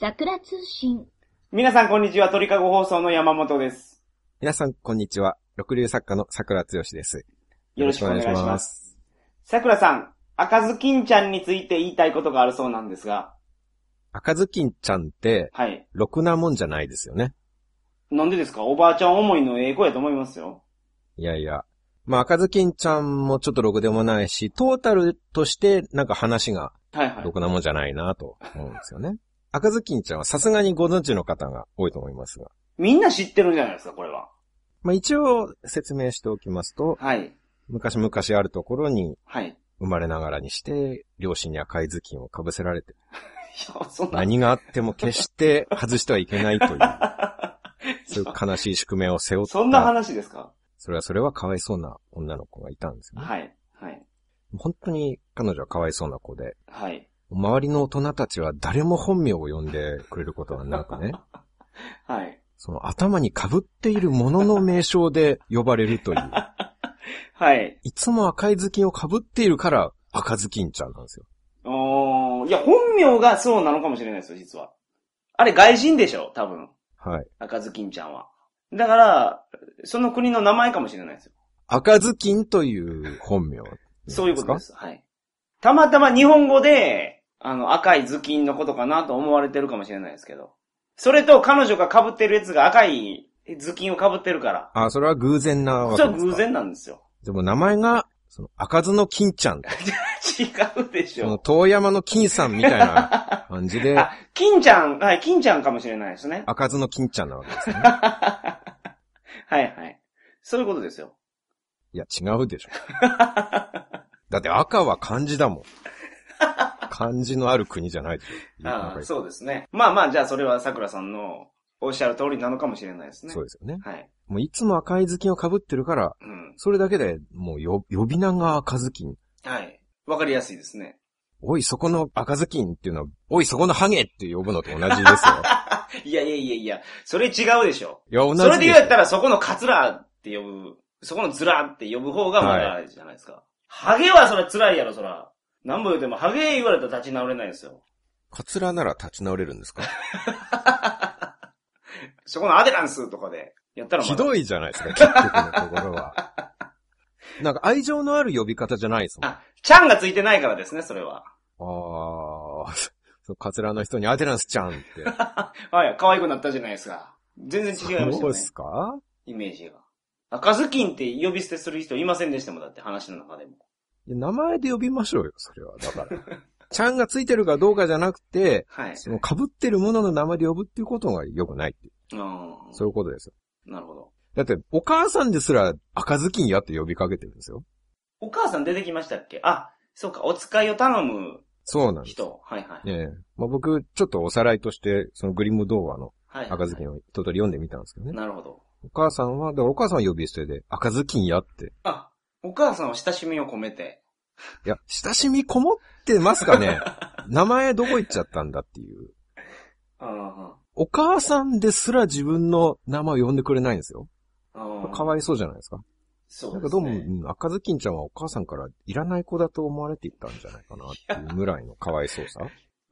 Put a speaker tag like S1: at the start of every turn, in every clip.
S1: 桜通信。
S2: 皆さんこんにちは、鳥かご放送の山本です。
S3: 皆さん、こんにちは。六流作家の桜剛です。
S2: よろしくお願いし
S3: よろくお願
S2: ま
S3: い
S2: す。
S3: す。
S2: 桜さん、赤ずきんちゃんについて言いたいことがあるそうなんですが、
S3: 赤ずきんちゃんって、
S2: はい。
S3: ろくなもんじゃないですよね。
S2: なんでですかおばあちゃん思いのええ子やと思いますよ。
S3: いやいや。まあ、赤ずきんちゃんもちょっとろくでもないし、トータルとして、なんか話が
S2: はいはい
S3: ろ。くなもんじゃないなと思うんですよね。 赤ずきんちゃんはさすがにご存知の方が多いと思いますが。
S2: みんな知ってるんじゃないですか、これは。
S3: まあ、一応説明しておきますと、
S2: はい。
S3: 昔々あるところに
S2: はい。い
S3: 生まれながらにして、両親に赤い頭巾をかぶせられて、
S2: や、そんな。
S3: 何があっても決して外してはいけないという、そういう悲しい宿命を背負った。
S2: そんな話ですか
S3: それはそれはかわいそうな女の子がいたんですよね。
S2: はい。はい。
S3: 本当に彼女はかわいそうな子で、
S2: はい。
S3: 周りの大人たちは誰も本名を呼んでくれることはなく ね、
S2: はい。
S3: その頭に被っているものの名称で呼ばれる という、
S2: はい。
S3: いつも赤い頭巾を被っているから赤ずきんちゃんなんですよ。
S2: おーいや、本名がそうなのかもしれないですよ、実は。あれ、外人でしょ多分。
S3: はい。
S2: 赤ずきんちゃんは。だから、その国の名前かもしれないですよ。
S3: 赤ずきんという本名なんですか。
S2: そういうことです。はい。たまたま日本語で、あの、赤い頭巾のことかなと思われてるかもしれないですけど。それと彼女が被ってるやつが赤い頭巾を被ってるから。
S3: あ、それは偶然なわ
S2: そ
S3: け
S2: れ
S3: で
S2: は
S3: すか。
S2: 偶。然なんですよ。
S3: でも名前が、その赤ずの金ちゃん、
S2: 違うでし
S3: その
S2: ょ。
S3: 遠山の金さんみたいな感 じで、
S2: あ、金ちゃん、はい、金ちゃんかもしれないですね。
S3: 赤ずの金ちゃんなわけですね。
S2: はいはい。そういうことですよ。
S3: いや、違う でしょ。だって赤は漢字だもん。漢字のある国じゃないでし ょ。
S2: ああ、
S3: そ
S2: そうですね。まあまあ、じゃあそれは桜さんのおっしゃる通りなのかもしれないです
S3: う
S2: ね。
S3: そう
S2: う
S3: ですよね。
S2: はい。
S3: もういつも赤い頭巾を被ってるから、
S2: うん。
S3: それだけでもうよ呼び名が赤ずきん。
S2: はい。わかりやすいですね。
S3: おい、そこの赤ずきんっていうのは、おい、そこのハゲって呼ぶのと同じです
S2: いやいやいやいや、それ違うでしょ。
S3: よ。いや、同じ
S2: それで言
S3: し
S2: うや
S3: ょ
S2: ったら、そこのカツラって呼ぶ、そこのズラって呼ぶ方がまだじゃないですか。ハゲはそれ辛いやろ、そら。なんぼ言うても、ハゲ言われたら立ち直れないですよ。
S3: カツラなら立ち直れる んですか
S2: そこのアデランスとかで、やったら
S3: ひ
S2: い。
S3: どいじゃないですか、結局のところは。なんか愛情のある呼び方じゃないですもん。あ
S2: あ、ちゃんがついてないからですね、それは。
S3: あー、 そのカツラの人にアデランスちゃんって。
S2: はい、可愛くなったじゃないですか。全然違いました
S3: どう
S2: よ
S3: で
S2: ね。
S3: すか
S2: イメージが。赤ずきんって呼び捨てする人いませんでしたもん、だって話の中でも。
S3: いや名前で呼びましょうよ、それは。だから。ちゃんがついてるかどうかじゃなくて、
S2: はい。
S3: その被ってるものの名前で呼ぶっていうことが良くないっていう。
S2: うん。
S3: そういうことですよ。
S2: なるほど。
S3: だって、お母さんですら赤ずきんやって呼びかけてるんですよ。
S2: お母さん出てきましたっけあ、そうか、お使いを頼む
S3: そうなんです。
S2: 人。はいはい。
S3: ええまあ、僕、ちょっとおさらいとして、そのグリム童話の
S2: はい、
S3: 赤ずきんを一通り読んでみたんですけどね。
S2: なるほど。
S3: お母さんは、だからお母さんは呼び捨てで、赤ずきんやって。
S2: あ、お母さんは親しみを込めて。
S3: いや、親しみこもってます かね名前どこ行っちゃったんだっていう。
S2: あ
S3: お母さんですら自分の名前を呼んでくれないんですよ。
S2: あ
S3: かわいそうじゃないですか。
S2: そう
S3: な
S2: です、ね。
S3: んかどうも、うん赤ずきんちゃんはお母さんからいらない子だと思われていったんじゃないかなっていうぐらいのかわいそうさ。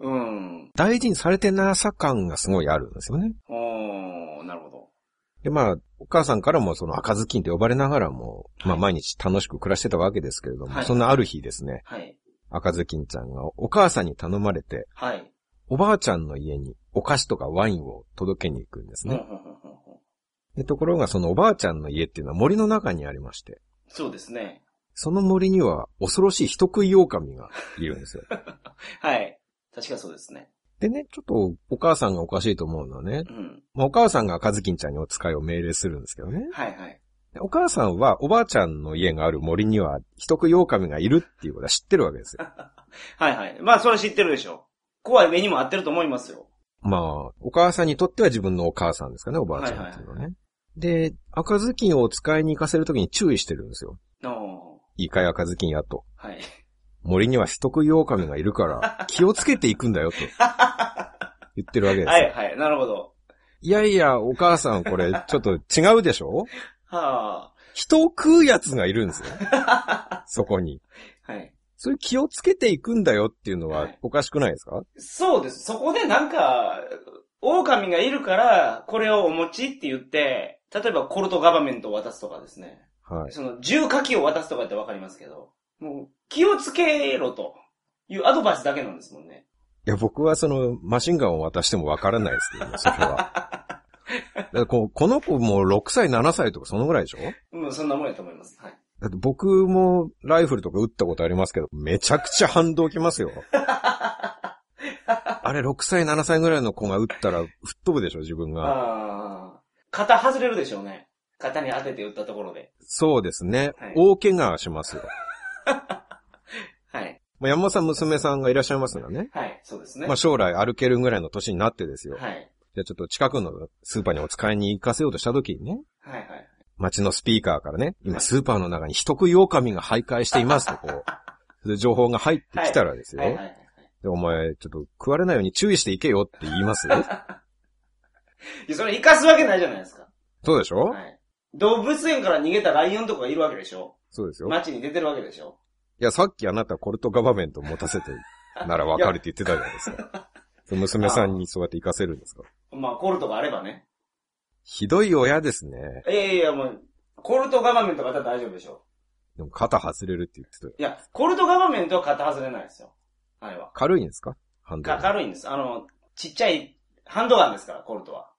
S2: うん。
S3: 大事にされてなさ感がすごいあるんですよね。
S2: おー、なるほど。
S3: で、まあ、お母さんからもその赤ずきんって呼ばれながらも、まあ毎日楽しく暮らしてたわけですけれども、
S2: はい
S3: そんなある日ですね、
S2: はい。
S3: 赤ずきんちゃんがお母さんに頼まれて、
S2: はい。
S3: おばあちゃんの家にお菓子とかワインを届けに行くんです
S2: うんうん
S3: ね。
S2: うんうんうん
S3: でところがそのおばあちゃんの家っていうのは森の中にありまして、
S2: そうですね。
S3: その森には恐ろしい人食い狼がいるん ですよ。
S2: はい。確かそうですね。
S3: でね、ちょっとお母さんがおかしいと思うのはね、
S2: うん。
S3: まあ、お母さんが赤ずきんちゃんにお使いを命令するんですけどね。
S2: はいはい。
S3: でお母さんはおばあちゃんの家がある森には人食い狼がいるっていうことは知ってるわけですよ。
S2: はいはい。まあ、それは知ってるでしょ。怖い目にも合ってると思いますよ。
S3: まあ、お母さんにとっては自分のお母さんですかね、おばあちゃんっていうのはね。で、赤ずきんをお使いに行かせるときに注意してるんですよ。
S2: お
S3: いいかい赤ずきんやと。
S2: ーはい。
S3: 森には人食い狼がいる から気をつけていくんだよと言ってるわけですよ。
S2: はいはい。なるほど。
S3: いやいや、お母さんこれちょっと違うでしょ
S2: は
S3: 人を食うやつがいるんですよ。そこに。
S2: あ。はい。
S3: そういう気をつけていくんだよっていうのは
S2: はい
S3: おかしくないですか
S2: そうです。そこでなんか、狼がいるから、これをお持ちって言って、例えばコルトガバメントを渡すとかですね。
S3: はい。
S2: その、重火器を渡すとかやってわかりますけど、もう、気をつけろというアドバイスだけなんですもんね。
S3: いや、僕はその、マシンガンを渡してもわからないですけど、それ は。だからこうこの子も6歳、7歳とかそのぐらいでしょ
S2: うん、そんなもんやと思います。はい。
S3: だって僕もライフルとか撃ったことありますけど、めちゃくちゃ反動きま すよ。あれ、6歳、7歳ぐらいの子が撃ったら吹っ飛ぶでしょ、自分が。
S2: ああ。肩外れるでしょうね。肩に当てて打ったところで。
S3: そうですね。
S2: はい
S3: 大怪我しますよ。
S2: はい。
S3: まあ、山本さん、娘さんがいらっしゃいますがね。
S2: はい、そうですね。
S3: まあ、将来歩けるぐらいの年になってですよ。
S2: はい。
S3: じゃあちょっと近くのスーパーにお使いに行かせようとした時にね、
S2: はいはい。
S3: 街のスピーカーからね、今スーパーの中に人食い狼が徘徊していますと、こ う、情報が入ってきたらですよ。
S2: はいはいはい。
S3: でお前、ちょっと食われないように注意していけよって言 いますよ
S2: いやそれ生かすわけないじゃないですか。
S3: そうでしょ、
S2: はい。動物園から逃げたライオンとかがいるわけでしょ
S3: そうですよ。
S2: 街に出てるわけでしょ
S3: いや、さっきあなたコルトガバメント持たせてならわかるって言ってたじゃないですか。 その娘さんにそうやって行かせるんですか
S2: まあ、コルトがあればね。
S3: ひどい親ですね。
S2: いやいやいや、もう、コルトガバメントだったら大丈夫でしょ
S3: でも肩外れるって言ってたよ。
S2: いや、コルトガバメントは肩外れないですよ。あれは。
S3: 軽いんですかハンド
S2: か
S3: ル。
S2: 軽いんです。あの、ちっちゃいハンドガンですから、コルトは。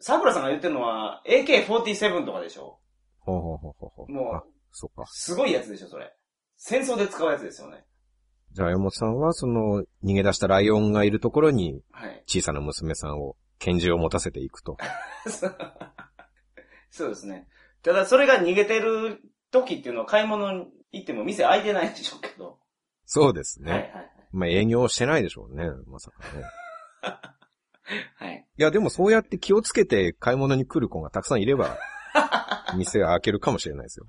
S2: 桜さんが言ってるのは AK-47 とかでしょ
S3: ほうほうほうほうほう。
S2: も
S3: あ、そっか
S2: う、。すごいやつでしょ、それ。戦争で使うやつですよね。
S3: じゃあ、山本さんは、その、逃げ出したライオンがいるところに、
S2: はい。
S3: 小さな娘さんを、拳銃を持たせていくと。
S2: そうですね。ただ、それが逃げてる時っていうのは買い物に行っても店開いてないでしょうけど。
S3: そうですね。
S2: はいはい
S3: まあ、営業してないでしょうね、まさかね。
S2: はい。はい。
S3: いや、でもそうやって気をつけて買い物に来る子がたくさんいれ ば、店が開けるかもしれないですよ。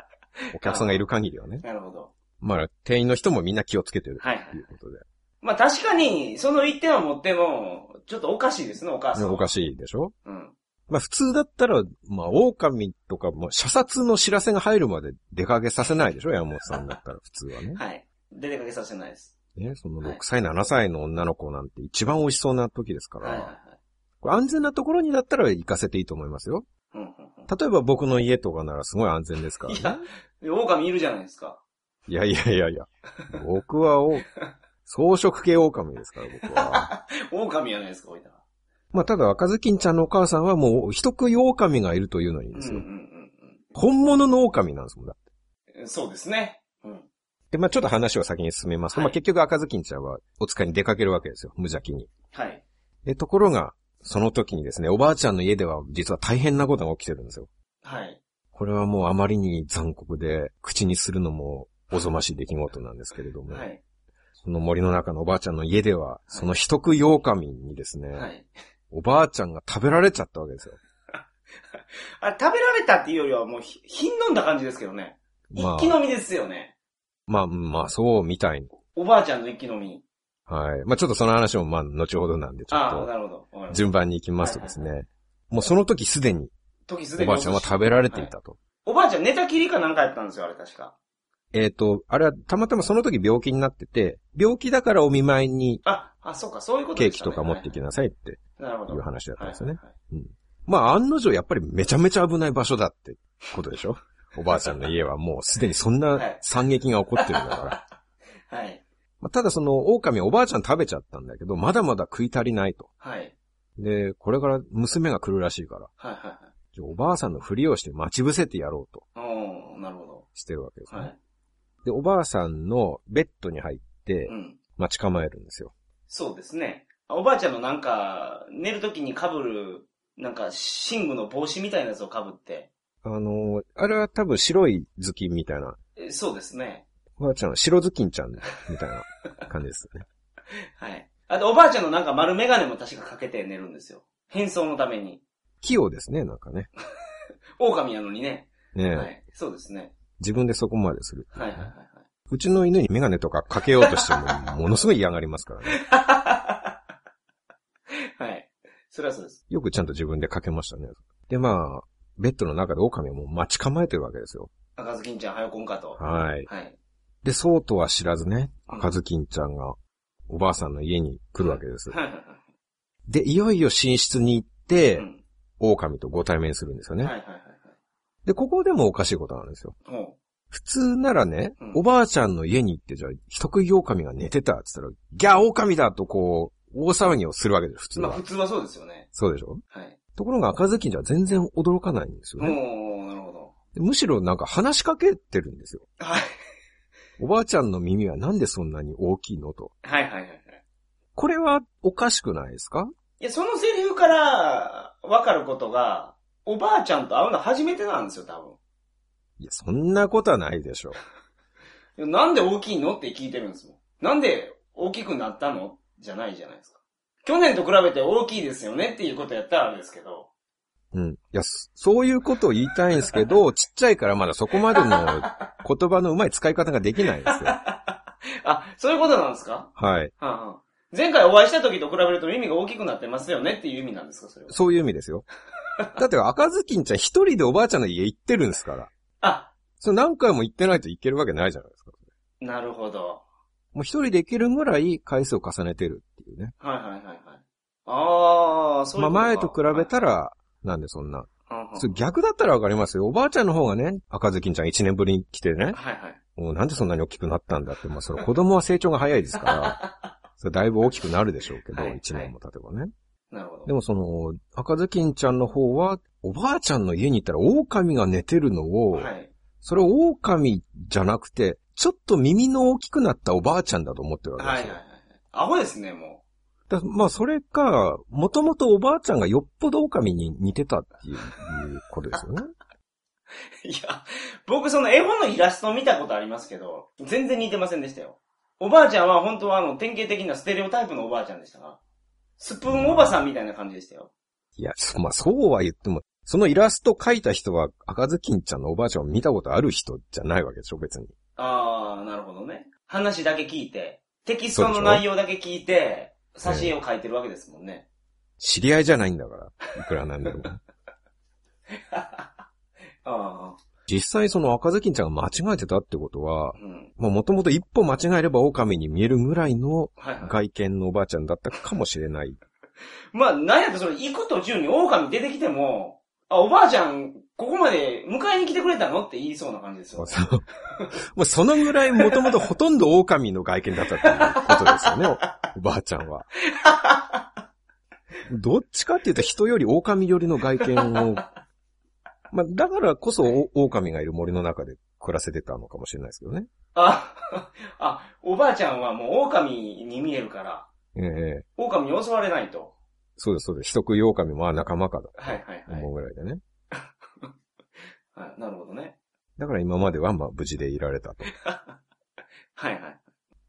S3: お客さんがいる限りはね。
S2: なるほど。
S3: まあ、店員の人もみんな気をつけてる
S2: はいは
S3: とい。
S2: いう
S3: ことで。
S2: まあ確かに、その一点は持っても、ちょっとおかしいですね、お母さんは。
S3: おか
S2: い。
S3: しいでしょ
S2: うん。
S3: まあ普通だったら、まあ狼とかも射殺の知らせが入るまで出かけさせないでしょ山本さんだったら普通はね。
S2: はい。出てかけさせないです。
S3: ね、その6歳、7歳の女の子なんて一番美味しそうな時ですか
S2: はいはいは
S3: ら、これ安全なところにだったら行かせていいと思いますよ。
S2: い。うんうんうん
S3: 例えば僕の家とかならすごい安全ですからね
S2: い。や、狼いるじゃないですか。
S3: いやいやいやいや。僕はお、草食系狼ですから、僕 は。
S2: 狼じゃないですか、おいたら。
S3: まあ、ただ赤ずきんちゃんのお母さんはもう、人食い狼がいるというのに
S2: うん
S3: で
S2: う
S3: す
S2: ん
S3: よ。
S2: うん
S3: 本物の狼なんですもんだって。
S2: うん。そうですね。うん。
S3: で、まあ、ちょっと話を先に進めますと、
S2: はい
S3: まあ、結局赤ずきんちゃんはお使いに出かけるわけですよ。無邪気に。
S2: はい。
S3: で、ところが、その時にですね、おばあちゃんの家では実は大変なことが起きてるんですよ。
S2: はい。
S3: これはもうあまりに残酷で、口にするのもおぞましい出来事なんですけれども、
S2: はい。
S3: その森の中のおばあちゃんの家では、その人食い狼にですね、
S2: はい。
S3: おばあちゃんが食べられちゃったわけですよ。
S2: あれ、食べられたっていうよりはもうひ、ひん飲んだ感じですけどね。
S3: ま
S2: 一気飲みですよね。
S3: あ、まあ、まあ、そうみたいに。
S2: おばあちゃんの一気飲み。
S3: はい。まあ、ちょっとその話も、まあ、後ほどなんで、ちょ
S2: ああ、
S3: っ
S2: なるほど。わかり
S3: と、
S2: ました
S3: 順番に行きますとですね、もうその時すでに、
S2: 時すでに
S3: おばあちゃんは食べられていたと。
S2: おばあちゃん寝たきりかなんかやったんですよ、あれ確か。
S3: えっ、と、あれはたまたまその時病気になってて、病気だからお見舞いに
S2: あ、あ、そうか、そういうこと
S3: ケー
S2: で
S3: キ
S2: した
S3: と
S2: ね
S3: か持ってきなさいって
S2: はいなるほ
S3: い
S2: ど。
S3: う話だったんですよね。
S2: はいはい
S3: まあ、案の定やっぱりめちゃめちゃ危ない場所だってことでしょおばあちゃんの家はもうすでにそん
S2: はい
S3: な惨劇が起こってるんだから。
S2: はい。
S3: まあ、ただその狼はおばあちゃん食べちゃったんだけど、まだまだ食い足りないと。
S2: はい。
S3: で、これから娘が来るらしいから、
S2: はいは
S3: じゃあおばあさんのふりをして待ち伏せてやろうと
S2: いはい。おー、なるほど。
S3: してるわけですね。
S2: はい。
S3: で、おばあさんのベッドに入って
S2: うん。
S3: 待ち構えるんですよ。
S2: そうですね。おばあちゃんのなんか、寝るときに被る、なんか、寝具の帽子みたいなやつを被って。
S3: あのーあれは多分白い頭巾みたいな、
S2: えそうですね。
S3: おばあちゃんは白頭巾ちゃんみたいな 感じですね。
S2: はい。あと、おばあちゃんのなんか丸メガネも確かかけて寝るんですよ。変装のために。
S3: 器用ですね、なんかね。
S2: 狼やのにね。
S3: ねえ
S2: はい。そうですね。
S3: 自分でそこまでするっていう
S2: は
S3: ね、
S2: いはいは
S3: うちの犬にメガネとかかけようとしても、ものすごい嫌がりますからね。
S2: いはい。はい。それはそうです。
S3: よくちゃんと自分でかけましたね。で、まあ、ベッドの中で狼はもう待ち構えてるわけですよ。
S2: 赤ずきんちゃん、はよこんかと。
S3: はい。
S2: はい。
S3: で、そうとは知らずね、赤ずきんちゃんが、おばあさんの家に来るわけです。
S2: はいはいはい
S3: で、いよいよ寝室に行って、
S2: うん
S3: 狼とご対面するんですよね。
S2: はいはいはいはい。
S3: で、ここでもおかしいことなんですよ。
S2: ほ
S3: 普通ならね、
S2: うん
S3: おばあちゃんの家に行って、じゃあ、人食い狼が寝てたって言ったら、ギャー狼だとこう、大騒ぎをするわけです、普
S2: う。
S3: 通
S2: まあ
S3: は
S2: 普。通はそうですよね。
S3: そうでしょ
S2: はい。
S3: ところが赤ずきんちゃんは全然驚かないんですよ
S2: お
S3: ね。
S2: ー、なるほど。
S3: でむしろなんか話しかけてるんですよ。
S2: はい。
S3: おばあちゃんの耳はなんでそんなに大きいのと。
S2: はいはいはいはい。
S3: これはおかしくないですか
S2: いや、そのセリフからわかることが、おばあちゃんと会うの初めてなんですよ、多分
S3: いや、そんなことはないでしょ
S2: い
S3: う。
S2: や。なんで大きいのって聞いてるんですもん。なんで大きくなったのじゃないじゃないですか。去年と比べて大きいですよねっていうことやったらあれですけど。
S3: うん。いや、そそういうことを言いたいんです けど、ちっちゃいからまだそこまでの 言葉のうまい使い方ができないんですよ。
S2: あ、そういうことなんですか
S3: はい。
S2: はんはん前回お会いした時と比べると耳が大きくなってますよねっていう意味なんですか、それは。
S3: そういう意味ですよ。だって赤ずきんちゃん一人でおばあちゃんの家行ってるんですから。
S2: あ、
S3: それ何回も行ってないといけるわけないじゃないですか。
S2: なるほど。
S3: もう一人で行けるぐらい回数を重ねてるっていうね。
S2: はいはいはいはい。ああ、そうい
S3: まあ
S2: うことか。
S3: 前と比べたら、なんでそんな。
S2: はい、うんうん
S3: そう逆だったらわかりますよ。おばあちゃんの方がね、赤ずきんちゃん1年ぶりに来てね、
S2: はいはい。
S3: もうなんでそんなに大きくなったんだって、まあそれ子供は成長が早いですから、 それだいぶ大きくなるでしょうけど、
S2: はい
S3: 1年も経てばね。
S2: なるほど。
S3: でもその、赤ずきんちゃんの方は、おばあちゃんの家に行ったら狼が寝てるのを、
S2: はい。
S3: それを狼じゃなくて、ちょっと耳の大きくなったおばあちゃんだと思ってるわけ
S2: はい
S3: で
S2: は
S3: す
S2: い
S3: よ。
S2: はい。アホですね、も
S3: だまあそれか、もともとおばあちゃんがよっぽど狼に似てたっていういうことですよね。
S2: う。いや、僕その絵本のイラスト見たことありますけど、全然似てませんでしたよ。おばあちゃんは本当はあの、典型的なステレオタイプのおばあちゃんでしたから、スプーンおばさんみたいな感じでしたよ。
S3: いや、そまあそうは言っても、そのイラスト描いた人は赤ずきんちゃんのおばあちゃんを見たことある人じゃないわけでしょ、別に。
S2: あー、なるほどね。話だけ聞いて、テキストの
S3: そうでしょ
S2: 内容だけ聞いて、挿絵を描いてるわけですもんね。
S3: 知り合いじゃないんだから、いくらなんでも。
S2: あ
S3: 実際その赤ずきんちゃんが間違えてたってことは
S2: ー、、うん。
S3: まあもともと一歩間違えれば狼に見えるぐらいの
S2: はいはい。
S3: 外見のおばあちゃんだったかもしれない。
S2: まあ、なんやったらそれ、行く途中に狼出てきても、あ、おばあちゃん、ここまで迎えに来てくれたのって言いそうな感じですよ。
S3: そうもうそのぐらいもともとほとんど狼の外見だったっていうことですよね、おおばあちゃんは。どっちかって言うと人より狼寄りの外見を、まあだからこそお狼がいる森の中で暮らせてたのかもしれないですけどね。
S2: あ、あ、おばあちゃんはもう狼に見えるから、
S3: ええ
S2: 狼に襲われないと。
S3: そうです、そうです。人食い狼もあ仲間かと
S2: はいはいはい
S3: 思うぐらいでね。
S2: はい。なるほどね。
S3: だから今まではまあ無事でいられたと。
S2: はいはい。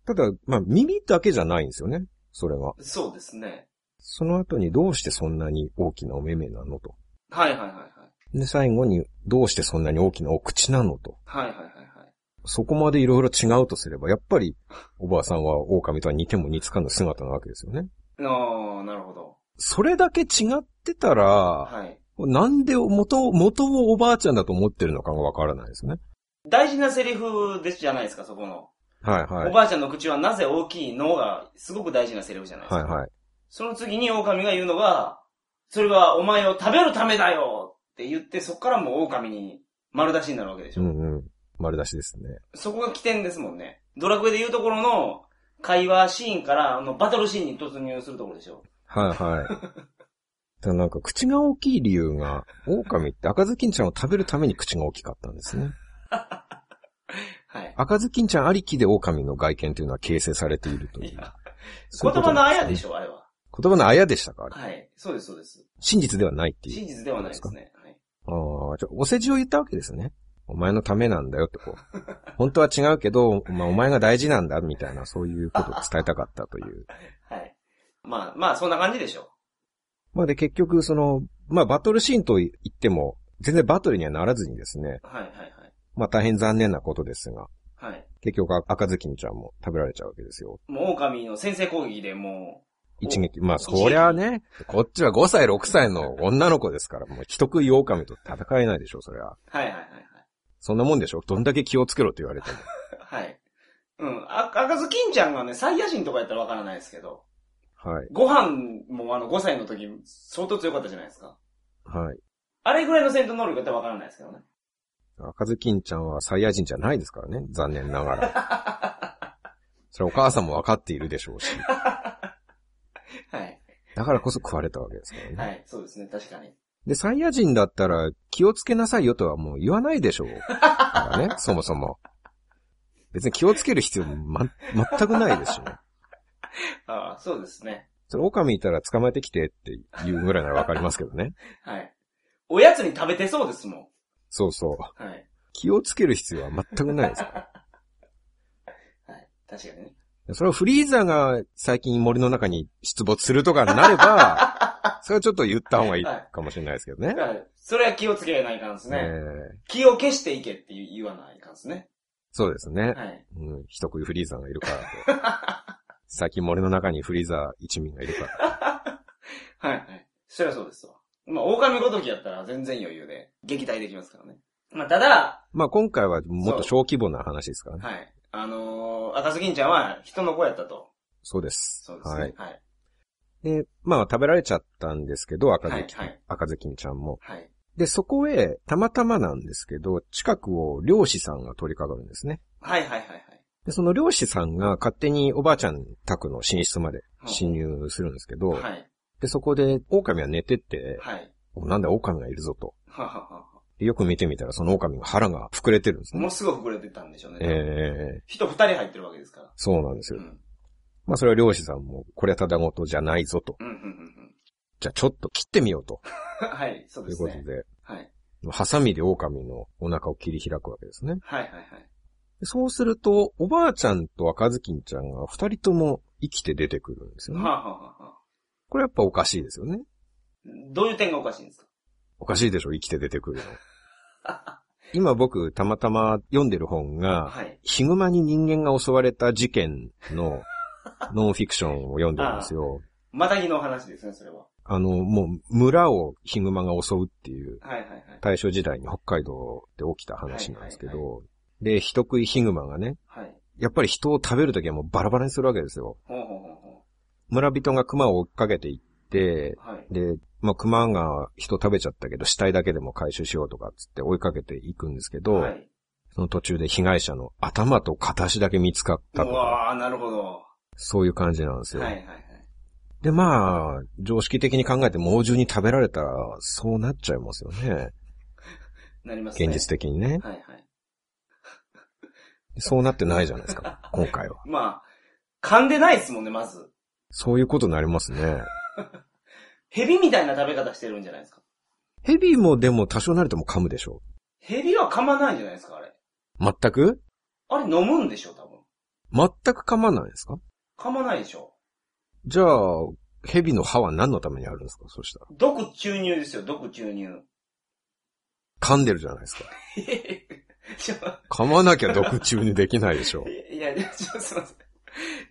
S3: ただ、まあ耳だけじゃないんですよね、それは。
S2: そうですね。
S3: その後にどうしてそんなに大きなお目目なのと。
S2: はいはいはいはい。
S3: で、最後に、どうしてそんなに大きなお口なのと。
S2: はいはいはいはい。
S3: そこまでいろいろ違うとすれば、やっぱり、おばあさんは狼とは似ても似つかぬ姿なわけですよね。
S2: あー、なるほど。
S3: それだけ違ってたら、
S2: はい。
S3: なんで元を、元をおばあちゃんだと思ってるのかがわからないですね。
S2: 大事なセリフですじゃないですか、そこの。
S3: はいは
S2: お
S3: い。
S2: ばあちゃんの口はなぜ大きいのが、すごく大事なセリフじゃないですか。
S3: はいはい。
S2: その次に狼が言うのが、それはお前を食べるためだよって言って、そこからもう狼に丸出しになるわけでし
S3: う
S2: ょ。
S3: んうん。丸出しですね。
S2: そこが起点ですもんね。ドラクエで言うところの会話シーンから、あの、バトルシーンに突入するところでしょ。
S3: はいはい。ただなんか口が大きい理由が、狼って赤ずきんちゃんを食べるために口が大きかったんですね。
S2: はい。
S3: 赤ずきんちゃんありきで狼の外見というのは形成されているとい。
S2: いうや
S3: そう
S2: 言
S3: いうこ
S2: 葉の
S3: とな
S2: あ
S3: んすね
S2: やでしょ、あれは。
S3: 言葉のあやでしたかあれ
S2: はい。そうです、そうです。
S3: 真実ではないっていう。
S2: 真実ではないですね。はい、
S3: ああ、じゃあお世辞を言ったわけですね。お前のためなんだよってこう。 本当は違うけど、まあお前が大事なんだみたいな、そういうことを伝えたかったという。
S2: はい。まあ、まあ、そんな感じでしょ。
S3: まあで結局、その、まあバトルシーンと言っても、全然バトルにはならずにですね、
S2: はい、はい、
S3: まあ大変残念なことですが、
S2: はい。はい。
S3: 結局赤ずきんちゃんも食べられちゃうわけですよ。
S2: もう狼の先制攻撃でもう、
S3: 一撃。まあそりゃあね、こっちは5歳6歳の女の子ですから、もう人食い狼と戦えないでしょ、そりゃ。
S2: はい、はい、はい、はい。
S3: そんなもんでしょどんだけ気をつけろって言われても。
S2: はい。あ、赤ずきんちゃんがね、サイヤ人とかやったらわからないですけど、
S3: はい。
S2: ご飯もあの5歳の時相当強かったじゃないですか。
S3: はい。
S2: あれぐらいの戦闘能力やったらわからないですけどね。
S3: 赤ずきんちゃんはサイヤ人じゃないですからね。残念ながら。 それお母さんもわかっているでしょうし。
S2: はい。
S3: だからこそ食われたわけですからね。
S2: はい、そうですね、確かに。
S3: で、サイヤ人だったら気をつけなさいよとはもう言わないでしょう。か らね、そもそも。別に気をつける必要も、ま、全くないですしね。
S2: ああ、そうですね。
S3: それ、狼いたら捕まえてきてって言うぐらいならわかりますけどね。
S2: はい。おやつに食べてそうですも
S3: そうそう。
S2: ん。はい。
S3: 気をつける必要は全くないですか
S2: はい。確かにね。
S3: ら。それはフリーザが最近森の中に出没するとかになれば、 それはちょっと言った方がいいかもしれないですけどね
S2: だ。から、それは気をつけないかんです
S3: ね
S2: ね。
S3: え
S2: 気を消していけって言わないかんですね。
S3: そうですね。
S2: はい。
S3: うん、人食いフリーザがいるからと。最近森の中にフリーザ一民がい るから。
S2: はい、はい。そりゃそうですわ。まあ、狼ごときやったら全然余裕で撃退できますからね。まあ、ただ、
S3: まあ今回はもっと小規模な話ですからね。
S2: はい。あのー、赤ずきんちゃんは人の子やったと。
S3: そうです。
S2: そうですね。
S3: は
S2: はいい。。はい。
S3: で、まあ食べられちゃったんですけど、赤ずき、
S2: はい
S3: 赤ずきんちゃんも。
S2: はい。
S3: で、そこへ、たまたまなんですけど、近くを漁師さんが取り掛かるんですね。
S2: はい、はい、はいはい。
S3: で、その漁師さんが勝手におばあちゃん宅の寝室まで侵入するんですけど、
S2: はい。
S3: で、そこで狼は寝てて、
S2: はい。
S3: おなんだ狼がいるぞと。
S2: はははは。
S3: でよく見てみたら、その狼が腹が膨れてるんです
S2: も
S3: ね
S2: の。すごく膨れてたんでしょうね。
S3: ええ
S2: 人二人入ってるわけですから。
S3: そうなんです
S2: う
S3: よ。
S2: ん。
S3: まあそれは漁師さんも、これはただごとじゃないぞと。
S2: うん、うん、うん、
S3: じゃあちょっと切ってみようと。
S2: うん。 はい、そう
S3: と
S2: で
S3: いう
S2: す
S3: こと
S2: ね。
S3: で、
S2: はい。
S3: ハサミで狼のお腹を切り開くわけですね。
S2: はい、はい、はい。
S3: でそうすると、おばあちゃんと赤ずきんちゃんが二人とも生きて出てくるんですよ
S2: は
S3: ね。
S2: あ、はあはあ、
S3: これやっぱおかしいですよね。
S2: どういう点がおかしいんです か
S3: おかしいでしょ、生きて出てくるの。今僕、たまたま読んでる本が、
S2: はい。
S3: ヒグマに人間が襲われた事件 のノンフィクションを読んでるんですよ。
S2: またぎのお話ですね、それは。
S3: あの、もう村をヒグマが襲うっていう、
S2: はい、はい、はい。
S3: 大正時代に北海道で起きた話なんですけ
S2: はいは
S3: ど、で、人食いヒグマがね、
S2: はい。
S3: やっぱり人を食べるときはもうバラバラにするわけですよ。
S2: ほうほうほうほ
S3: 村人が熊を追っかけていって、
S2: う。はい。
S3: で、まあ、熊が人食べちゃったけど、死体だけでも回収しようとかっつって追いかけていくんですけど、
S2: はい。
S3: その途中で被害者の頭と片足だけ見つかっ
S2: う
S3: たとか、
S2: わー、なるほど。
S3: そういう感じなんです
S2: はい、
S3: よ。
S2: はい、はい。
S3: で、まあ、常識的に考えて猛獣に食べられたら、そうなっちゃいますよね。
S2: なりますね。
S3: 現実的にね。
S2: はい、はい。
S3: そうなってないじゃないです か、今回は。
S2: まあ、噛んでないですもんね、まず。
S3: そういうことになりますね。
S2: 蛇みたいな食べ方してるんじゃないですか。
S3: ヘビもでも多少なりとも噛むでしょ
S2: 蛇は噛まないんじゃないですか、あれ。
S3: う。全く
S2: あれ飲むんでしょ、多分。
S3: 全く噛まないですか
S2: 噛まないでしょ。
S3: じゃあ、蛇の歯は何のためにあるんですかそしたら。
S2: 毒注入ですよ、毒注入。
S3: 噛んでるじゃないですか。
S2: いやい
S3: 噛まなきゃ毒中にできないでしょ う。
S2: や、いやちょすいません。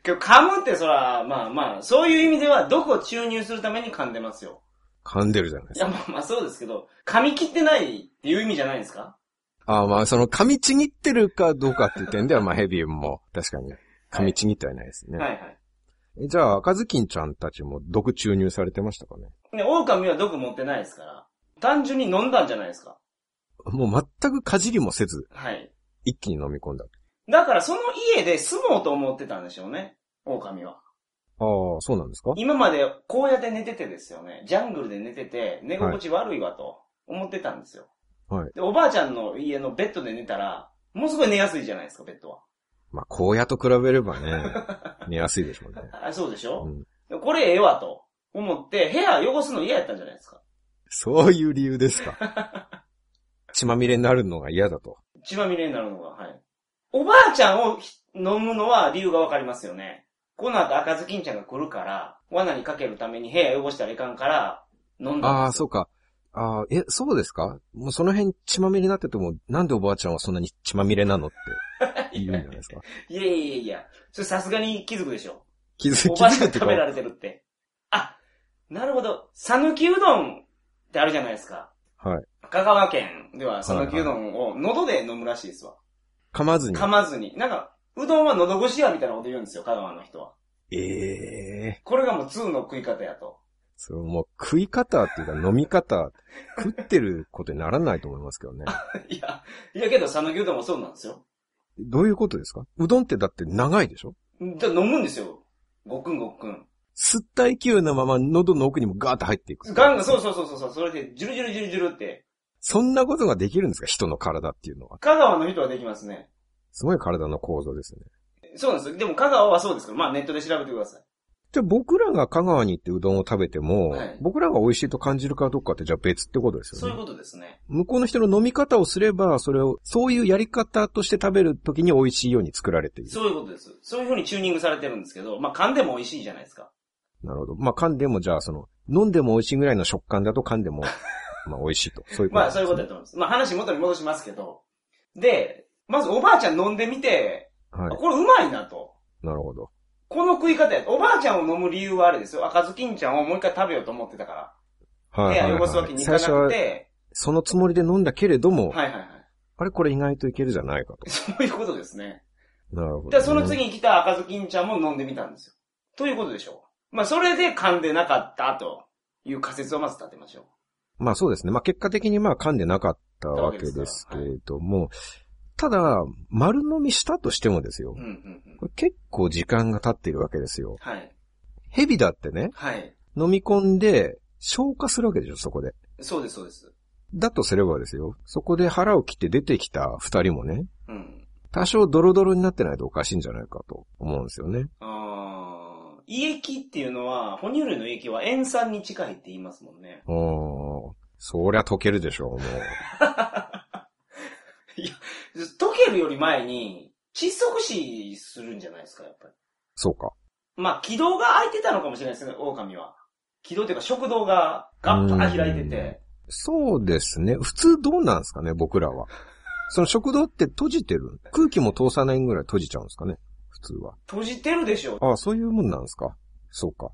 S2: 今日噛むってそら、まあまあ、そういう意味では毒を注入するために噛んでますよ。
S3: 噛んでるじゃないで
S2: い
S3: す
S2: や、
S3: か。
S2: まあまあそうですけど、噛み切ってないっていう意味じゃないですか
S3: ああまあ、その噛みちぎってるかどうかっていう点では、まあ蛇も確かに噛みちぎってはいないですね。
S2: はいはい。
S3: えじゃあ、赤ずきんちゃんたちも毒注入されてましたかね
S2: ね、狼は毒持ってないですから、単純に飲んだんじゃないですか。
S3: もう全くかじりもせず、
S2: はい。
S3: 一気に飲み込んだ。
S2: だからその家で住もうと思ってたんでしょうね。狼は。
S3: ああ、そうなんですか
S2: 今までこうやって寝ててですよね。ジャングルで寝てて、寝心地悪いわと思ってたんですよ。
S3: はい。
S2: で、おばあちゃんの家のベッドで寝たら、もうすごい寝やすいじゃないですか、ベッドは。
S3: まあ、荒野と比べればね、 寝やすいでしょうね。
S2: あ、そうでし
S3: う
S2: ょ、
S3: ん、
S2: これええわと思って、部屋汚すの嫌やったんじゃないですか。
S3: そういう理由ですか。 血まみれになるのが嫌だと。
S2: 血まみれになるのが、はい。おばあちゃんをひ飲むのは理由がわかりますよね。この後赤ずきんちゃんが来るから、罠にかけるために部屋汚したらいかんから、飲んだんですよ。
S3: ああ、そうか。ああ、え、そうですかもうその辺血まみれになってても、なんでおばあちゃんはそんなに血まみれなのって言うんじゃない ですか。
S2: いやいやいやいや、それさすがに気づくでしょ。
S3: 気づ
S2: お
S3: き
S2: ばあちゃ
S3: づ
S2: ん
S3: いて
S2: 食べら
S3: か。
S2: れてるって。あ、なるほど。さぬきうどんってあるじゃないですか。
S3: はい。
S2: 香川県ではさぬきうどんを喉で飲むらしいですわ。
S3: 噛まずに。
S2: 噛まずに。なんか、うどんは喉越しやみたいなこと言うんですよ、香川の人は。
S3: ええ
S2: これがもう通の食い方やと。
S3: それもう食い方っていうか飲み方、食ってることにならないと思いますけどね。
S2: いや、いやけど、讃岐うどんもそうなんですよ。
S3: どういうことですかうどんってだって長いでしょ
S2: だ飲むんですよ。ごっくんごっくん。
S3: 吸った勢いのまま喉の奥にもガーッと入っていく。
S2: ガンガン、そうそうそうそうそう、それで、ジュルジュルジュルジュルって。
S3: そんなことができるんですか人の体っていうのは。
S2: 香川の人はできますね。
S3: すごい体の構造ですね。
S2: そうなんですよ。でも香川はそうですけど、まあネットで調べてください。
S3: じゃあ僕らが香川に行ってうどんを食べても、
S2: はい
S3: 僕らが美味しいと感じるかどうかってじゃあ別ってことです
S2: そうい
S3: よ
S2: う
S3: ね。
S2: ことですね。
S3: 向こうの人の飲み方をすれば、それを、そういうやり方として食べるときに美味しいように作られている。
S2: そういうことです。そういう風にチューニングされてるんですけど、まあ噛んでも美味しいじゃないですか。
S3: なるほど。まあ噛んでもじゃあその、飲んでも美味しいぐらいの食感だと噛んで も、まあ美味しいと。そういうこと
S2: まあ
S3: なんです
S2: そうい
S3: ね
S2: うことだと思います。まあ話元に戻しますけど。で、まずおばあちゃん飲んでみて、あ
S3: はい。
S2: これうまいなと。
S3: なるほど。
S2: この食い方やと。おばあちゃんを飲む理由はあれですよ。赤ずきんちゃんをもう一回食べようと思ってたか
S3: は
S2: ら。
S3: い
S2: 部屋汚
S3: はい、
S2: すわ
S3: は
S2: け
S3: い。
S2: にい
S3: 最
S2: かなく
S3: 初は、
S2: て。
S3: そのつもりで飲んだけれども、
S2: はいはいはい。
S3: あれこれ意外といけるじゃないかと。
S2: そういうことですね。
S3: なるほど、
S2: で、その。次に来た赤ずきんちゃんも飲んでみたんですよ。ということでしょう。まあ、それで噛んでなかったという仮説をまず立てましょう。
S3: まあそうですね。まあ結果的にまあ噛んでなかったわけですけれども、ただ、丸飲みしたとしてもですよ
S2: うん、。うん、うん。
S3: これ結構時間が経っているわけですよ。
S2: はい。
S3: ヘビだってね、
S2: はい。
S3: 飲み込んで消化するわけでしょ、そこで。
S2: そうです、そうです。
S3: だとすればですよ、そこで腹を切って出てきた二人もね、
S2: うん。
S3: 多少ドロドロになってないとおかしいんじゃないかと思うんですよね。
S2: あー。胃液っていうのは、哺乳類の胃液は塩酸に近いって言いますもんね。
S3: うーん、そりゃ溶けるでしょう、 もう。
S2: 溶けるより前に、窒息死するんじゃないですか、やっぱり。
S3: そうか。
S2: まあ、気道が開いてたのかもしれないですね、狼は。気道っていうか食道がガッと開いてて。
S3: そうですね。普通どうなんですかね、僕らは。その食道って閉じてる空気も通さないぐらい閉じちゃうんですかね普通は。
S2: 閉じてるでしょ。
S3: ああ、そういうもんなんですかそうか。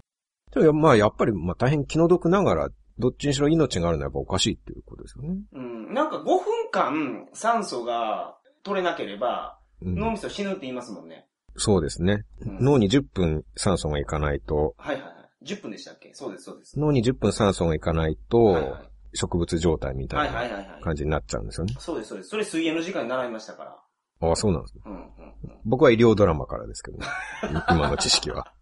S3: じゃあ、まあ、やっぱり、まあ、大変気の毒ながら、どっちにしろ命があるのはやっぱおかしいっていうことですよね。
S2: うん。なんか5分間酸素が取れなければ、
S3: うん
S2: 脳みそ死ぬって言いますもんね。
S3: そうですね。
S2: うん
S3: 脳に10分酸素がいかないと、
S2: はいはいはい。10分でしたっけそうです、そうです。
S3: 脳に10分酸素がいかない
S2: はい
S3: と、植物状態みた
S2: はいいは
S3: ない
S2: はいはいはい。
S3: 感じになっちゃうんですよね。
S2: そうです、そうです。それ水泳の時間に習いましたか
S3: ああ、そうなんですね。
S2: ら。うんうんうん。
S3: 僕は医療ドラマからで すけどね。今の知識は。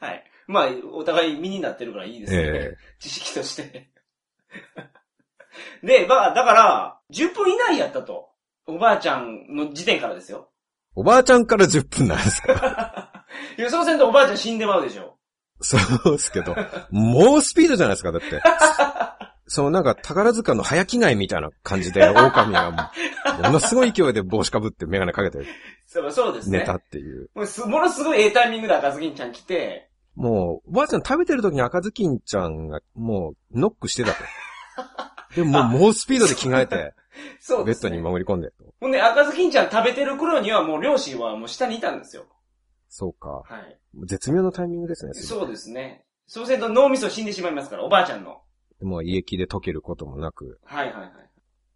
S2: はい。まあ、お互い身になってるからいいですね。
S3: ええ
S2: 知識として。 で、まあ、だから、10分以内やったと。おばあちゃんの時点からですよ。
S3: おばあちゃんから10分なんです か
S2: 予想せんとおばあちゃん死んでまうでしょ。
S3: そうですけど、もうスピードじゃないですか、だって。 そのなんか宝塚の早着替えみたいな感じで、狼がものすごい勢いで帽子かぶってメガネかけて
S2: そうそうですね。
S3: 寝たっていう。
S2: もうすものすごいええタイミングで赤ずきんちゃん来て、
S3: もう、おばあちゃん食べてる時に赤ずきんちゃんがもうノックしてたと。でももう猛スピードで着替えて、
S2: そう
S3: ベ
S2: で
S3: ッド
S2: す、
S3: に
S2: ね。
S3: 潜り込んでと。
S2: ほんで、赤ずきんちゃん食べてる頃にはもう両親はもう下にいたんですよ。
S3: そうか。
S2: はい。
S3: 絶妙なタイミングですね。すごい
S2: そうですね。そうすると脳みそ死んでしまいますから、おばあちゃんの。
S3: でもう胃液で溶けることもなく、
S2: はいはいはい。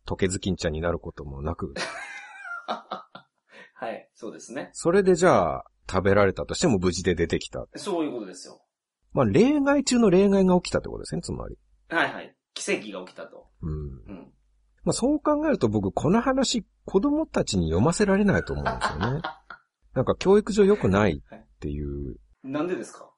S3: 溶けずきんちゃんになることもなく、
S2: はい。そうですね。
S3: それでじゃあ、食べられたとしても無事で出てきた。
S2: そういうことですよ。
S3: まあ、例外中の例外が起きたってことですね、つまり。
S2: はいはい。奇跡が起きたと。
S3: うん。
S2: うん。
S3: まあ、そう考えると僕、この話、子供たちに読ませられないと思うんですよね。なんか、教育上良くないっていう。
S2: なんでですか